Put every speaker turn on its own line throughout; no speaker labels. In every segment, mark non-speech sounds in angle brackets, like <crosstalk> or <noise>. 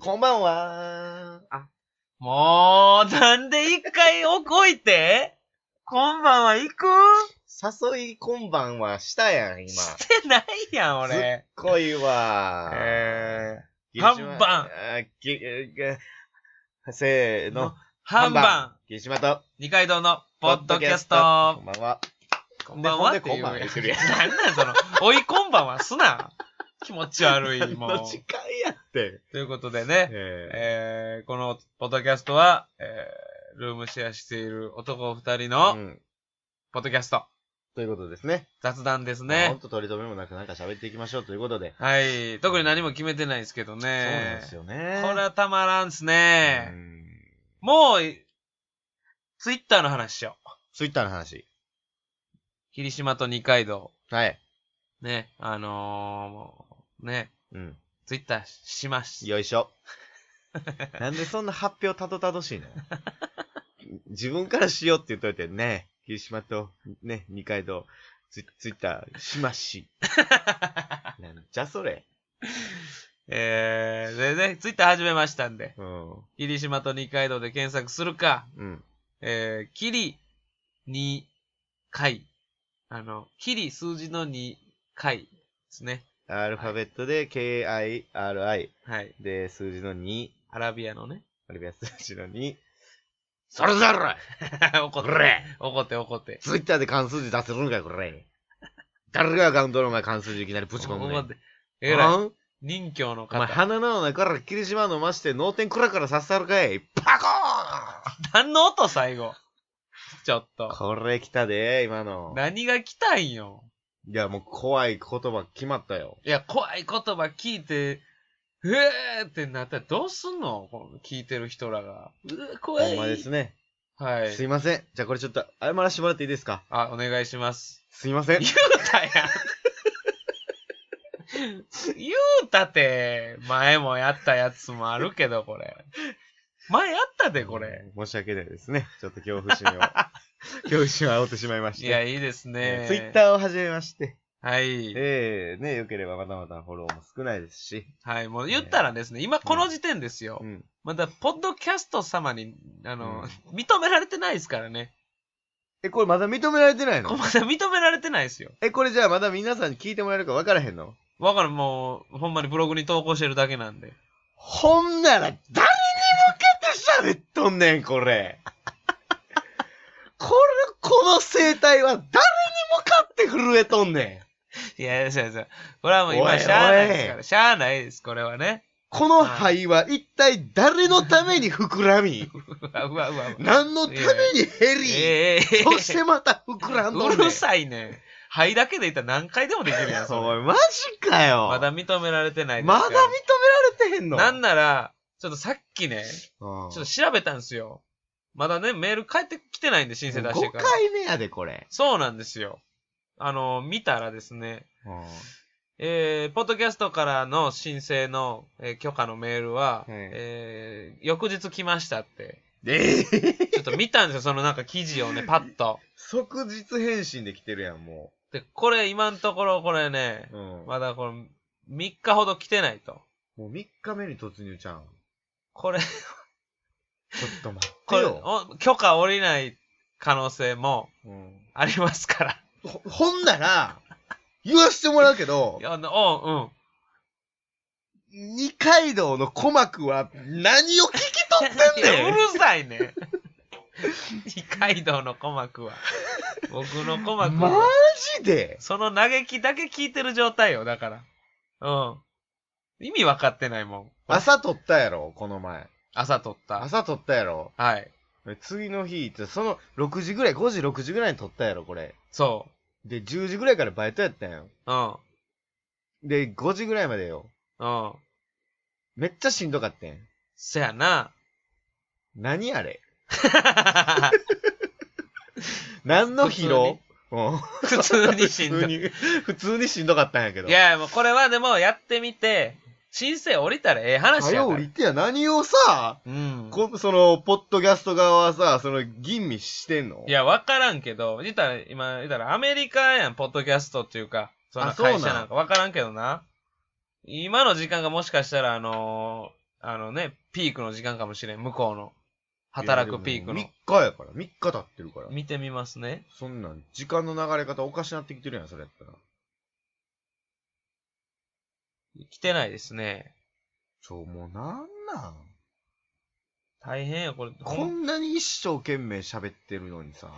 こんばんは。あ、
もう、なんで一回怒いて今晩は行く
誘いこんばんはしたやん、今。
してないやん、俺。
すっごいわ。
えー、半晩。
あぎぎせーの。
半晩。
岸島と、
二階堂のポッドキャス
こ
ト
ん。ばんは。
こんばんはって
こ
い
ん
う。
ばんは言ってるやん
なんなんその、おいこんばんはすな。気持ち悪い、
<laughs>
も
の
う。
時間やって。
ということでね、
え
えー、このポッドキャストは、えー、ルームシェアしている男二人
ーう
の
ん
ポッドキャスト。
ということですね。
雑談です
まあ
ね
ほん。と取り留めもなくなんか喋っていきましょうということで。
はい。特に何も決めてないですけど
そう
ね。
なんですよね。
これはたまらんっす
う
ね。
ん
もう、ツイッターの話しよう。
ツイッターの話。
霧島と二階堂。
はい。
ね、あのー、ね、
うん。
ツイッターしまし
よい
<laughs>
しょ。なんでそんな発表たどたどしいの自分からしようって言っといてね、霧島と、ね、二階堂、ツイツイッター、しまし。なんじゃそれ。
えー、でね、ツイッター始めましたんで、
うん。
霧島と二階堂で検索するか、
うん。
えー、霧二階。あの、霧数字の二階ですね。
アルファベットで、KIRI
はい。
で、数字の2、
アラビアのね。 <laughs>
アルビア数字の2、
それだろ怒って
これ。
怒って怒って。
ツイッターで関数字出せるんかい、これ。誰がアカウントのお前関数字いきなりぶち込むね
怒
ん
って。えらい。
うん
任教の
お前、
方。
鼻の穴から霧島飲まして、脳天クラクラさせたるかい。パコ
何の音最後。ちょっ
ーン
と。
これ来たで、今の。
何が来たんよ。
いや、もう怖い言葉決まったよ。
いや、怖い言葉聞いて、うえーってなったらどうすんのこの聞いてる人らが。うー怖い。
ほんまですね。
はい。
すいません。じゃあこれちょっと謝らせてもらっていいですか
あ、お願いします。 <laughs>
すいません
言。うたやん。言うたて、前もやったやつもあるけど、これ。前やったで、これ。。
申し訳ないですね。ちょっと恐怖心を。 <laughs> 恐怖心を煽ってしまいまし
い
て。
や、いいですね。
ツイッターを始めまして。
はい。
ええね、よければまだまだフォローも少ないですし。
はい。もう言ったらですね、今この時点ですよ。
うん。
まだ、ポッドキャスト様に、あの、認められてないですからね。
え、これまだ認められてない
こ
の
まだ認められてないですよ。
え、これじゃあまだ皆さんに聞いてもらえるか分からへんの
わかる、もう、ほんまにブログに投稿してるだけなんで。
ほんなら、誰に向けて喋っとんねん、これ。これ、この声帯は誰に向かって震えとんねん。
いや、いやいやいやこれはもう
おいおい
今、しゃあないですから。しゃあないです、これはね。
この肺は一体誰のために膨らみ、
うわ、うわ、うわ。
何のために減り、
ええ
そしてまた膨らんど
うん
ねん。
るさいねん。肺だけでいったら何回でもできる
<laughs>
やん、そ
お
れ。
い、マジかよ。
まだ認められてないです
ま
から
だ認められてへんの
なんなら、ちょっとさっきね、
うん
ちょっと調べたんですよ。まだね、メール返ってきてないんで、申請出して
5
から。
回目やで、これ。
そうなんですよ。あの、見たらですね、えー、ポッドキャストからの申請の、えー許可のメールは、
はい
えー、翌日来ましたって。
ええ
ちょっと見たんです
<laughs>
よ、そのなんか記事をね、パッと。
即日返信できてるやん、も
で、これ今のところこれね
う。、うん。
まだこれ、3日ほど来てないと。
もう3日目に突入ちゃうん。
これ、
ちょっと待って
これ、
よ。
お許可下りない可能性も
うん
ありますから。
ほほんなら、言わしてもらうけど
い、や、あのおう、うん。
二階堂の鼓膜は何を聞き取ってん
い
ね
やうんるさいね。二階堂の鼓膜は。僕の鼓膜
マ
は。
ジで
その嘆きだけ聞いてる状態よ、だから。うん。意味分かってないもん。
朝撮ったやろ、この前。
朝撮った。
朝撮ったやろ。
はい。
次の日、その6時ぐらい、5時、6時ぐらいに撮ったやろ、これ。
そ
で、10時ぐらいからバイトやったんよ。
う。うん。
で、5時ぐらいまでよ。
うん。
めっちゃしんどかってん。
せやな。 <laughs>
何あれ何の疲労うん
普通にしん
普
ど
通
い。
に、普通にしんどかったんやけど。
いや、もうこれはでもやってみて、申請降りたらええ話
早
や
う
か
降
ら
り。てや、何をさ、
うん。
こその、ポッドキャスト側はさ、その、吟味してんの
いや、わからんけど、言ったら、今、言ったらアメリカやん、ポッドキャストっていうか、そんな
あそうな
会
ん
社なんかわからんけどな。今の時間がもしかしたら、あのあのね、ピークの時間かもしれん、向こうの。働くピークの
3。日やから、3日経ってるから。
見てみますね。
そんなん、時間の流れ方おかしなってきてるやん、それやったら。
来てないですね。
ちょ、もうなんなん
大変よ、これ。ほ
こ
ん
んなに一生懸命喋ってるのにさ、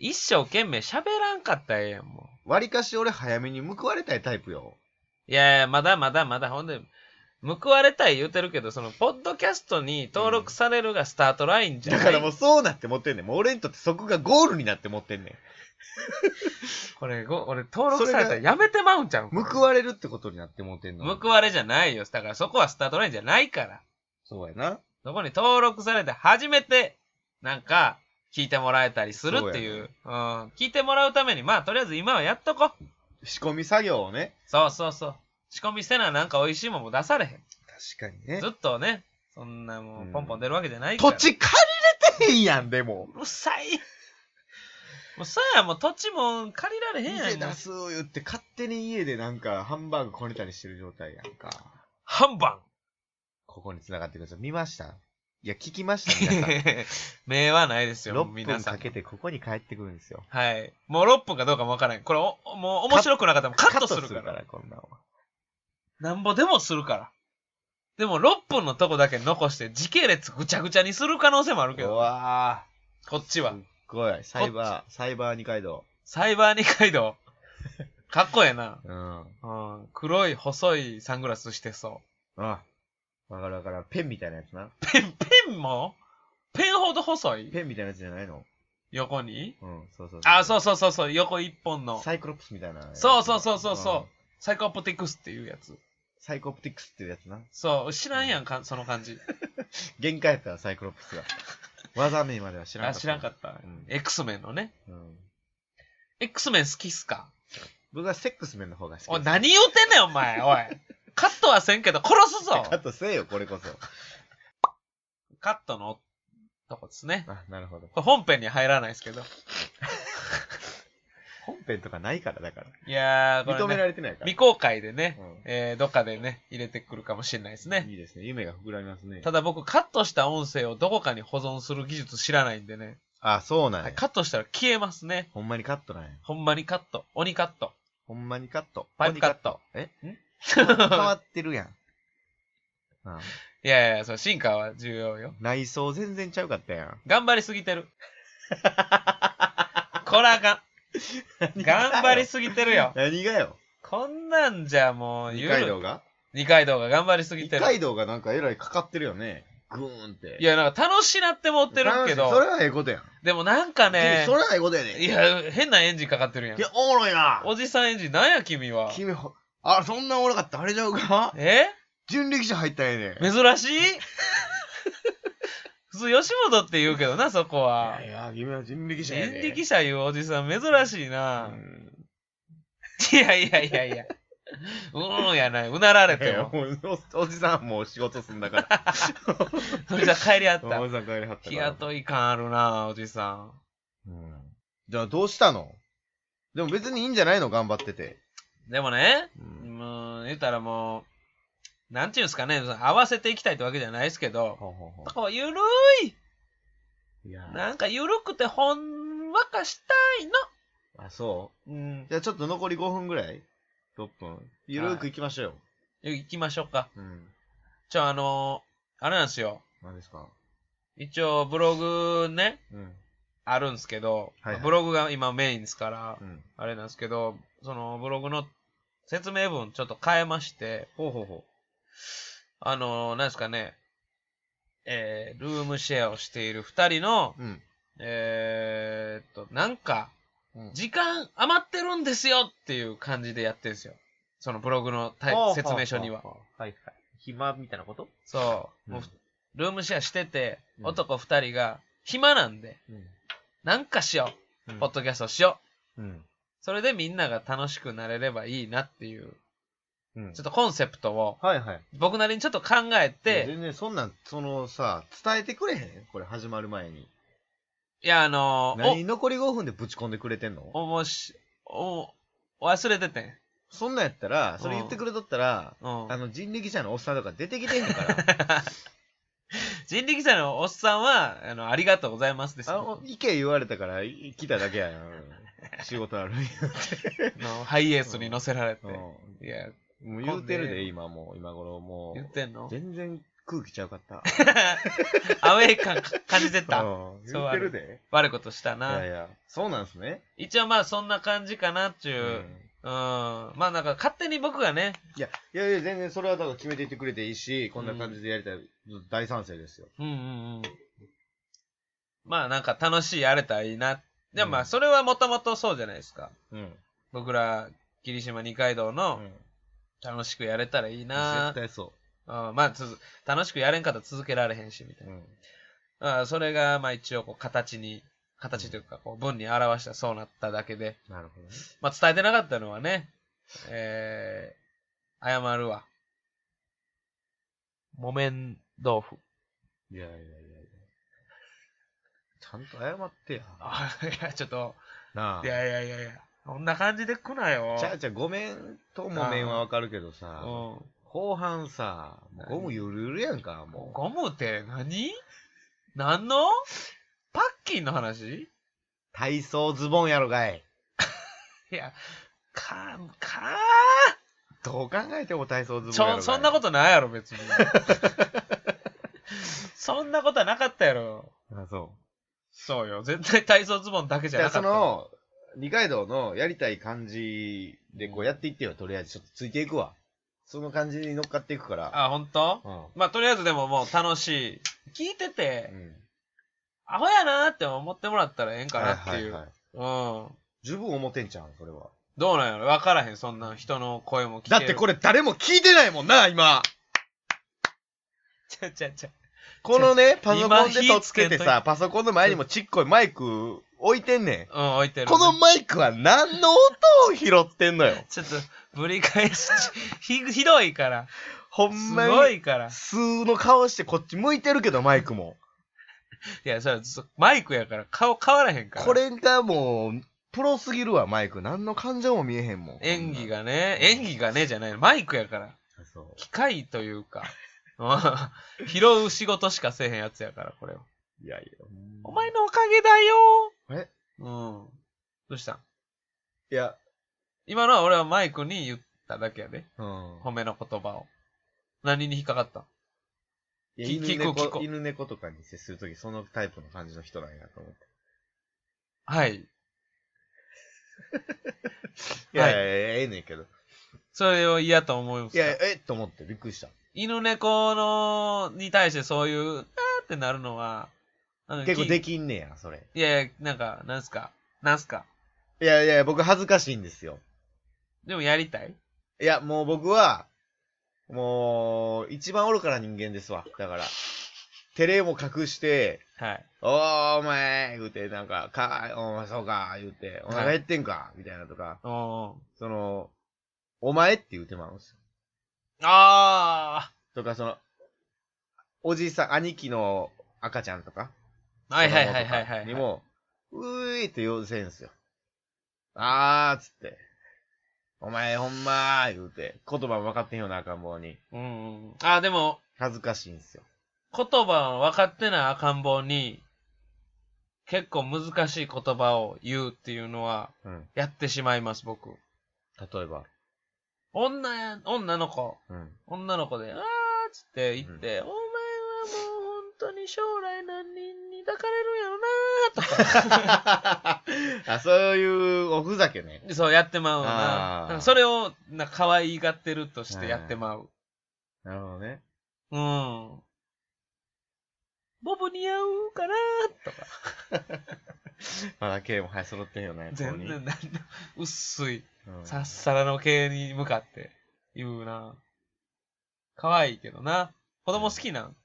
一生懸命喋らんかったらええやん、も
わりかし俺早めに報われたいタイプよ。
う。いやいや、まだまだまだ、ほんで、報われたい言うてるけど、その、ポッドキャストに登録されるがスタートラインじゃ
だ
ない。
からもうそうなって持ってんねん。もう俺にとってそこがゴールになって持ってんねん。
これ、ご俺、登録されたらやめてまうんちゃうんこれ
報われるってことになって持ってんの。
報われじゃないよ。だからそこはスタートラインじゃないから。
そうやな。
そこに登録されて初めて、なんか、聞いてもらえたりするっていう。うん。聞いてもらうために、まあ、とりあえず今はやっとこう。
仕込み作業をね。
そうそうそう。仕込みせななんか美味しいもんも出されへ
確かに
ん。
ね
ずっとね、そんなも
う
うんポンポン出るわけじゃないか
土
ら。
地借りれてへんやん、でも。
うるさい。もうそうや、もう土地も借りられへんや
店
ん。
出す言って勝手に家でなんかハンバーグこねたりしてる状態やんか。
ハンバ
ここに繋がってください。見ましたいや、聞きまし
<laughs>
た、皆さん。 <laughs>
ン。名はないですよ、
6
皆
分
さ
か
ん。
けてここに帰ってくるんですよ。
はい。もう6分かどうかもわからない。これお、もう面白くなかったらもうカットするから。
こんなんは。
なんぼでもするから。でも6分のとこだけ残して時系列ぐちゃぐちゃにする可能性もあるけ
う
ど、
わ
こっち
ー
は
す。っごい。サイバー、サイバー二階堂。
サイバー二階
<laughs>
堂。かっこええな。
うん。あ
うん。黒い細いサングラスしてそ
わかるわかる。ペンみたいなやつな。
う。ペン、ペンもペンほど細い
ペンみたいなやつじゃないの
横に
うん、そうそう
あ、そううそうそうそう、横一本の。
サイクロプスみたいなやつ。
そうそうそうそうそう。
ん
サイコポティクスっていうやつ。
サイコプティクスっていうやつな。
そう、知らんやんか、その感じ。
限界やったらサイクロプ
<laughs>
スが。技名までは知らんか
あ、
った。
知らんかった
うん。
X メンのね。
うん。
X メン好きっすか
僕はセックス面の方が好きです。
おい、何言うてんねん、お前、おい。カットはせんけど、殺すぞ
カットせえよ、これこそ。
カットのとこですね。
あ、なるほど。
これ本編に入らないですけど。
本編とかないから、だから。
いやー、これ、ね、
認められてないから。
未公開でね、
うん
えー、どっかでね、入れてくるかもしれないですね。
いいですね。夢が膨らみますね
た。だ僕、カットした音声をどこかに保存する技術知らないんでね。
あ、そうなん
はい
や。
カットしたら消えますね。
ほんまにカットなんや。
ほんまにカット。鬼カット。
ほんまにカット。
パイプカット
鬼カット。え
ん
変わってるやん。あ
いやいやいや、そう、進化は重要よ。
内装全然ちゃうかったやん。
頑張りすぎ
<laughs>
てる。こらあかん。頑張りすぎてるよ。
何がよ。
こんなんじゃもう、
二
ゆ
階
る
堂が
二階堂が頑張りすぎ
二
てる。
階堂がなんかえらいかかってるよね。グーンって。
いや、なんか楽しなって思ってるけ
楽しいそれ
ど、
はええことやん。
でもなんかね
そ、れはええことやねん。
いや、変なエンジンかかってるやん
い。や、おもろいな。
おじさんエンジン、なんや君は。
君ほ、あ、そんなおもろかった。あれちゃうか
え
人力車入ったんやねん。。
珍しい <laughs> 普通、吉本って言うけどな、そこはい
や、君は人力車や
人
ね
力車いうおじさん、珍しいな。
うん
いやいやいやいや。うーんやない。うなられ
い
て
や
も。
もうおおじさんはもう仕事す
<laughs>
んだから。
そ <laughs> れじゃ帰りあっ
お
た。
じさん帰りはったから。
日雇い感あるな、おじさん。
うん。じゃあどうしたのでも別にいいんじゃないの頑張ってて。
でもね、
うん。
もう、言ったらもう、なんていうんですかね、その合わせていきたいってわけじゃないですけど、
ほうほうほ
こう、ゆるい、
う。いや
なんかゆるくてほんわかしたいの。
あ、そう
うん。
じゃあちょっと残り5分ぐらい ?6 分。ゆるーく行きましょうよ。
行きましょうか。
うん。
ちょ、あのーあれなんですよ。
何ですか
一応、ブログね、
うん。
あるんですけど、
はいはい
ブログが今メインですから
う、ん。
あれなんですけど、そのブログの説明文ちょっと変えまして、
ほうほうほ
あのー、なんですかね、えー、ルームシェアをしている二人の、
う。うん。
えー、っと、なんか、
うん
時間余ってるんですよっていう感じでやってるんですよ。そのブログのタイ説明書には。。
はいはい。暇みたいなこと
そう。
う
も
ん
うルームシェアしてて、
うん
男二人が、暇なんで、
う
なんかしよ
ん
う。ポッドキャストしよう。
うん。
それでみんなが楽しくなれればいいなっていう、
うん
ちょっとコンセプトを、
はいはい。
僕なりにちょっと考え
いや
て、
全然そんなん、そのさ、伝えてくれへんこれ始まる前に。
いや、あのー
何残り5分でぶち込んでくれてんの
お、おもし、お、忘れててん。
そんなんやったら、それ言ってくれとったら、
うん
あ。の、人力車のおっさんとか出てきてへんから。
<laughs> 人力車のおっさんは、あの、ありがとうございますです
あ
よ。
の、意見言われたから、い来ただけやな。仕事あるんや
<laughs> のハイエースに乗せられて。
う
いや、
んもう言うてるで、今もう、今頃も
言っ
う。
てんの
全然空気ちゃう
<laughs>
かった。
アウェイ感感じて
う
た。
ん言ってるで。
悪いことした
いや
な。
いや、そうなんすね。
一応まあそんな感じかなっちゅう。う
う
ん。
ん
まあなんか勝手に僕がね、
いや、いやいや、全然それはだから決めていってくれていいし、こんな感じでやりたい。大賛成ですよ。
うんうんうん。まあなんか楽しいやれたらいいな。でもま
う
あ
ん
それはもともとそうじゃないですか。
うん。
僕ら、霧島二階堂
う
の
ん
楽しくやれたらいい
絶
な。
対そ。
うん、まあつづ楽しくやれんかったら続けられへんし、みたいうな。
うん。
ああそれが、まあ一応、こう、形に、形というか、こう、文に表したそうなっただけで、
なるほどね。
まあ伝えてなかったのはね、えー、謝るわ。木綿豆腐。
いやいやいやいや。ちゃんと謝ってや。
あいや、 <laughs> ちょっと、
なあ
い。やいやいやいや、こんな感じで来なよ。
じゃあじゃあごめんともめんはわかるけどさ、
うん。
後半さ、もうゴムゆるゆるやんか、もう。
ゴムって何何のパッキンの話
体操ズボンやろがい。
いや、か、か
どう考えても体操ズボン
ち
やろが
ょ、
い。
そんなことないやろ、別に。そんなことはなかったやろ。
と。あ、そ
そうよ。絶対体操ズボンだけ
う。
じ
じ
ゃ
ゃ
な
あ
か
そ
ったもん。
の、二階堂のやりたい感じでこうやっていってよ、とりあえず。ちょっとついていくわ。その感じに乗っかっていくから。
あ、本当？
うん。
まあ、とりあえずでももう楽しい。聞いてて、
うん。
アホやなーって思ってもらったらええんかなっていう。
はいはいはい
うん。
十分思ってんちゃうん、それは。
どうなんやろ分からへん、そんな人の声も聞け
だってこ
れ。
れ誰も聞いてないもんな、今。
ちゃちゃちゃ。
このね、パソコン
今
で
火
とっつけ
つけ
て
んと
さ、パソコンの前にもちっこいマイク置いてんね
うん、置いて
ん。
る。
このマイクは何の音を拾ってんのよ。
ちょっと、ぶり返し、 <laughs> ひ、ひどいから。
ほ
す
んま
ご
に。
いから。い
数の顔してこっち向いてるけど、マイクも。
や、それ、そマイクやから、顔変わらへんから。
これがもう、プロすぎるわ、マイク。何の感情も見えへんもん。
演技
が。
がね、演技がね、じゃないの。マイクやから。
そう
機械というか、うん <laughs> 拾う仕事しかせえへんやつやから、これは。
いやいや。
お前のおかげだよ
え
うん。どうしたん
いや、
今のは俺はマイクに言っただけやで。
うん。
褒めの言葉を。何に引っかかったん
いや
聞
犬
聞こう聞こ
猫、
う
犬猫とかに接するとき、そのタイプの感じの人なんやと思って。
はい。
いやいやいや、ええねんけど。
それを嫌と思いま
い
すか
や、えっと思ってびっくりした。
犬猫の、に対してそういう、あーってなるのは、あの
結構
き
できんねや、それ。
いやいや、なんか、なんすか、なんすか。
いやいや、僕恥ずかしいんですよ。
でもやりたい
いや、もう僕は、もう、一番愚かな人間ですわ。だから、照れも隠して、
はい。
おー、お前、言うて、なんか、か、お前、そうか、言うて、お腹減ってんか、みたいなとか、
おお。
その、お前って言うてまうんですよ。
あ
とか、その、おじいさん、兄貴の赤ちゃんとか、
あはいはいはいはいは
子供とか
い。
にも、うーいって言うせんすよ。あー、つって。お前、ほんまー、言うて、言葉も分かってんよな、赤ん坊に。
うんうんうん。ああ、でも、
恥ずかしいんすよ。
言葉を分かってない赤ん坊に、結構難しい言葉を言うっていうのは、
うん。
やってしまいます、僕。
例えば。
女や、女の子。 <laughs>
うん。
女の子で、あーっつって言って、お前はもう本当に将来何人に抱かれるんやろなーとか
<laughs> あ、そういうおふざけね。
でそうやってまうな
あ。ー
なんかそれを、なんか可愛がってるとしてやってまう。
なるほどね。
うん。ボブ似合うかなとか。
まだ毛も生え揃ってんよね。ここ
全
に
然、なんで薄い、
うん
さっさらの系に向かって言うな。可愛いけどな。子供好きなん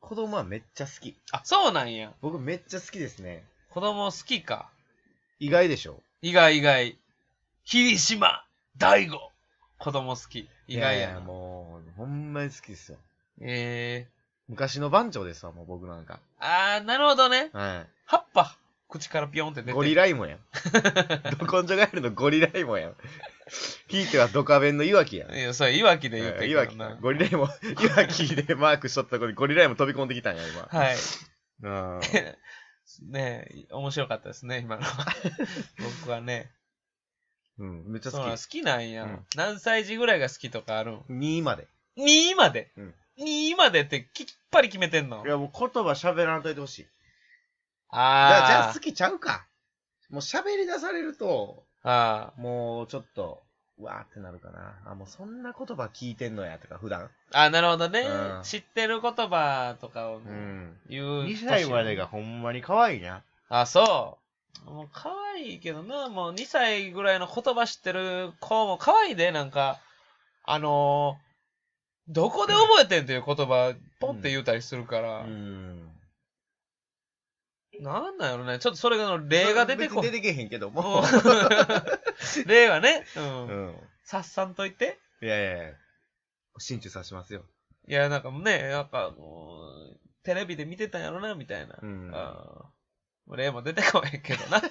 子供はめっちゃ好き。
あ、そうなんや。
僕めっちゃ好きですね。
子供好きか。
意外でしょ
意外意外。霧島大悟。子供好き。意外や
い
な。
もう、ほんまに好きですよ。
ええ
昔の番長ですわ、もう僕なんか。
ー。あー、なるほどね。
は
葉っぱ。口からピョンって出
い。
て <laughs>
ゴリライモやん。ど根性ガエルのゴリライモやん。ひいてはドカベンのいわきやね。
いや、それ、いわきで言って
いわき
な。
ゴリライも、いわきでマークしとったとこにゴリライも飛び込んできたんや、今。
はい。
うん。
ねえ、面白かったですね、今の。
<laughs>
僕はね。
うん、めっちゃ
そ
好
うなん
き。
好きなんや、
うん
何歳児ぐらいが好きとかあるん
2位まで。
?2 位まで、
うん
二 ?2 位までってきっぱり決めてんの
いや、もう言葉喋らんといてほしい。じゃあ、じゃ
あ
あ好きちゃうか。もう喋り出されると、
あ。あ
もうちょっと、うわーってなるかな。あ、もうそんな言葉聞いてんのや、とか、普段。
あ。あ、なるほどね、
うん
知ってる言葉とかを
ん。
言う、
2歳までが。ほんまに可愛いな。
あ、そう。もう可愛いけどな、もう2歳ぐらいの言葉知ってる子も可愛いで、なんか、あのーどこで覚えてんっていう言葉、ポンって言うたりするか
う
ら、
ん。
なんなんやろね、ちょっとそれがの例が出てこ
別に出てけへんけど
う
も。
ん <laughs> 例はね、う。
うんん。
さっさんといて。
いやいやいや。心中させますよ。
いや、なんかね、なんかもう、テレビで見てたんやろな、みたいな。
うん
あー例も出てこへんけど
<laughs>
な。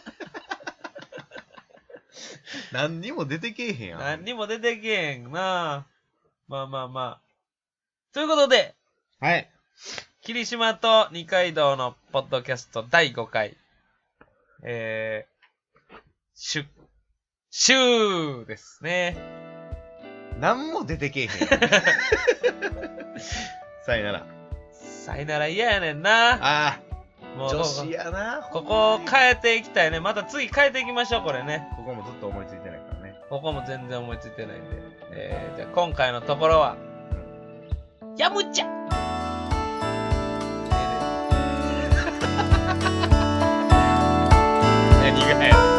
何にも出てけへんやん。
何にも出てけへんな。まあまあまあ。ということで、
はい。
霧島と二階堂のポッドキャスト第5回。えー、しゅ、しゅーですね。
何も出てけへん。
<laughs>
さよなら。
さよなら嫌やねんな。
あ
も
あ、
う
女子やな。
ここ
ほん
を
まに
変えていきたいね。また次変えていきましょう、これね。
ここもずっと思いついてないからね。
ここも全然思いついてないんで。えー、じゃあ今回のところは、やむちゃえーです何がやねん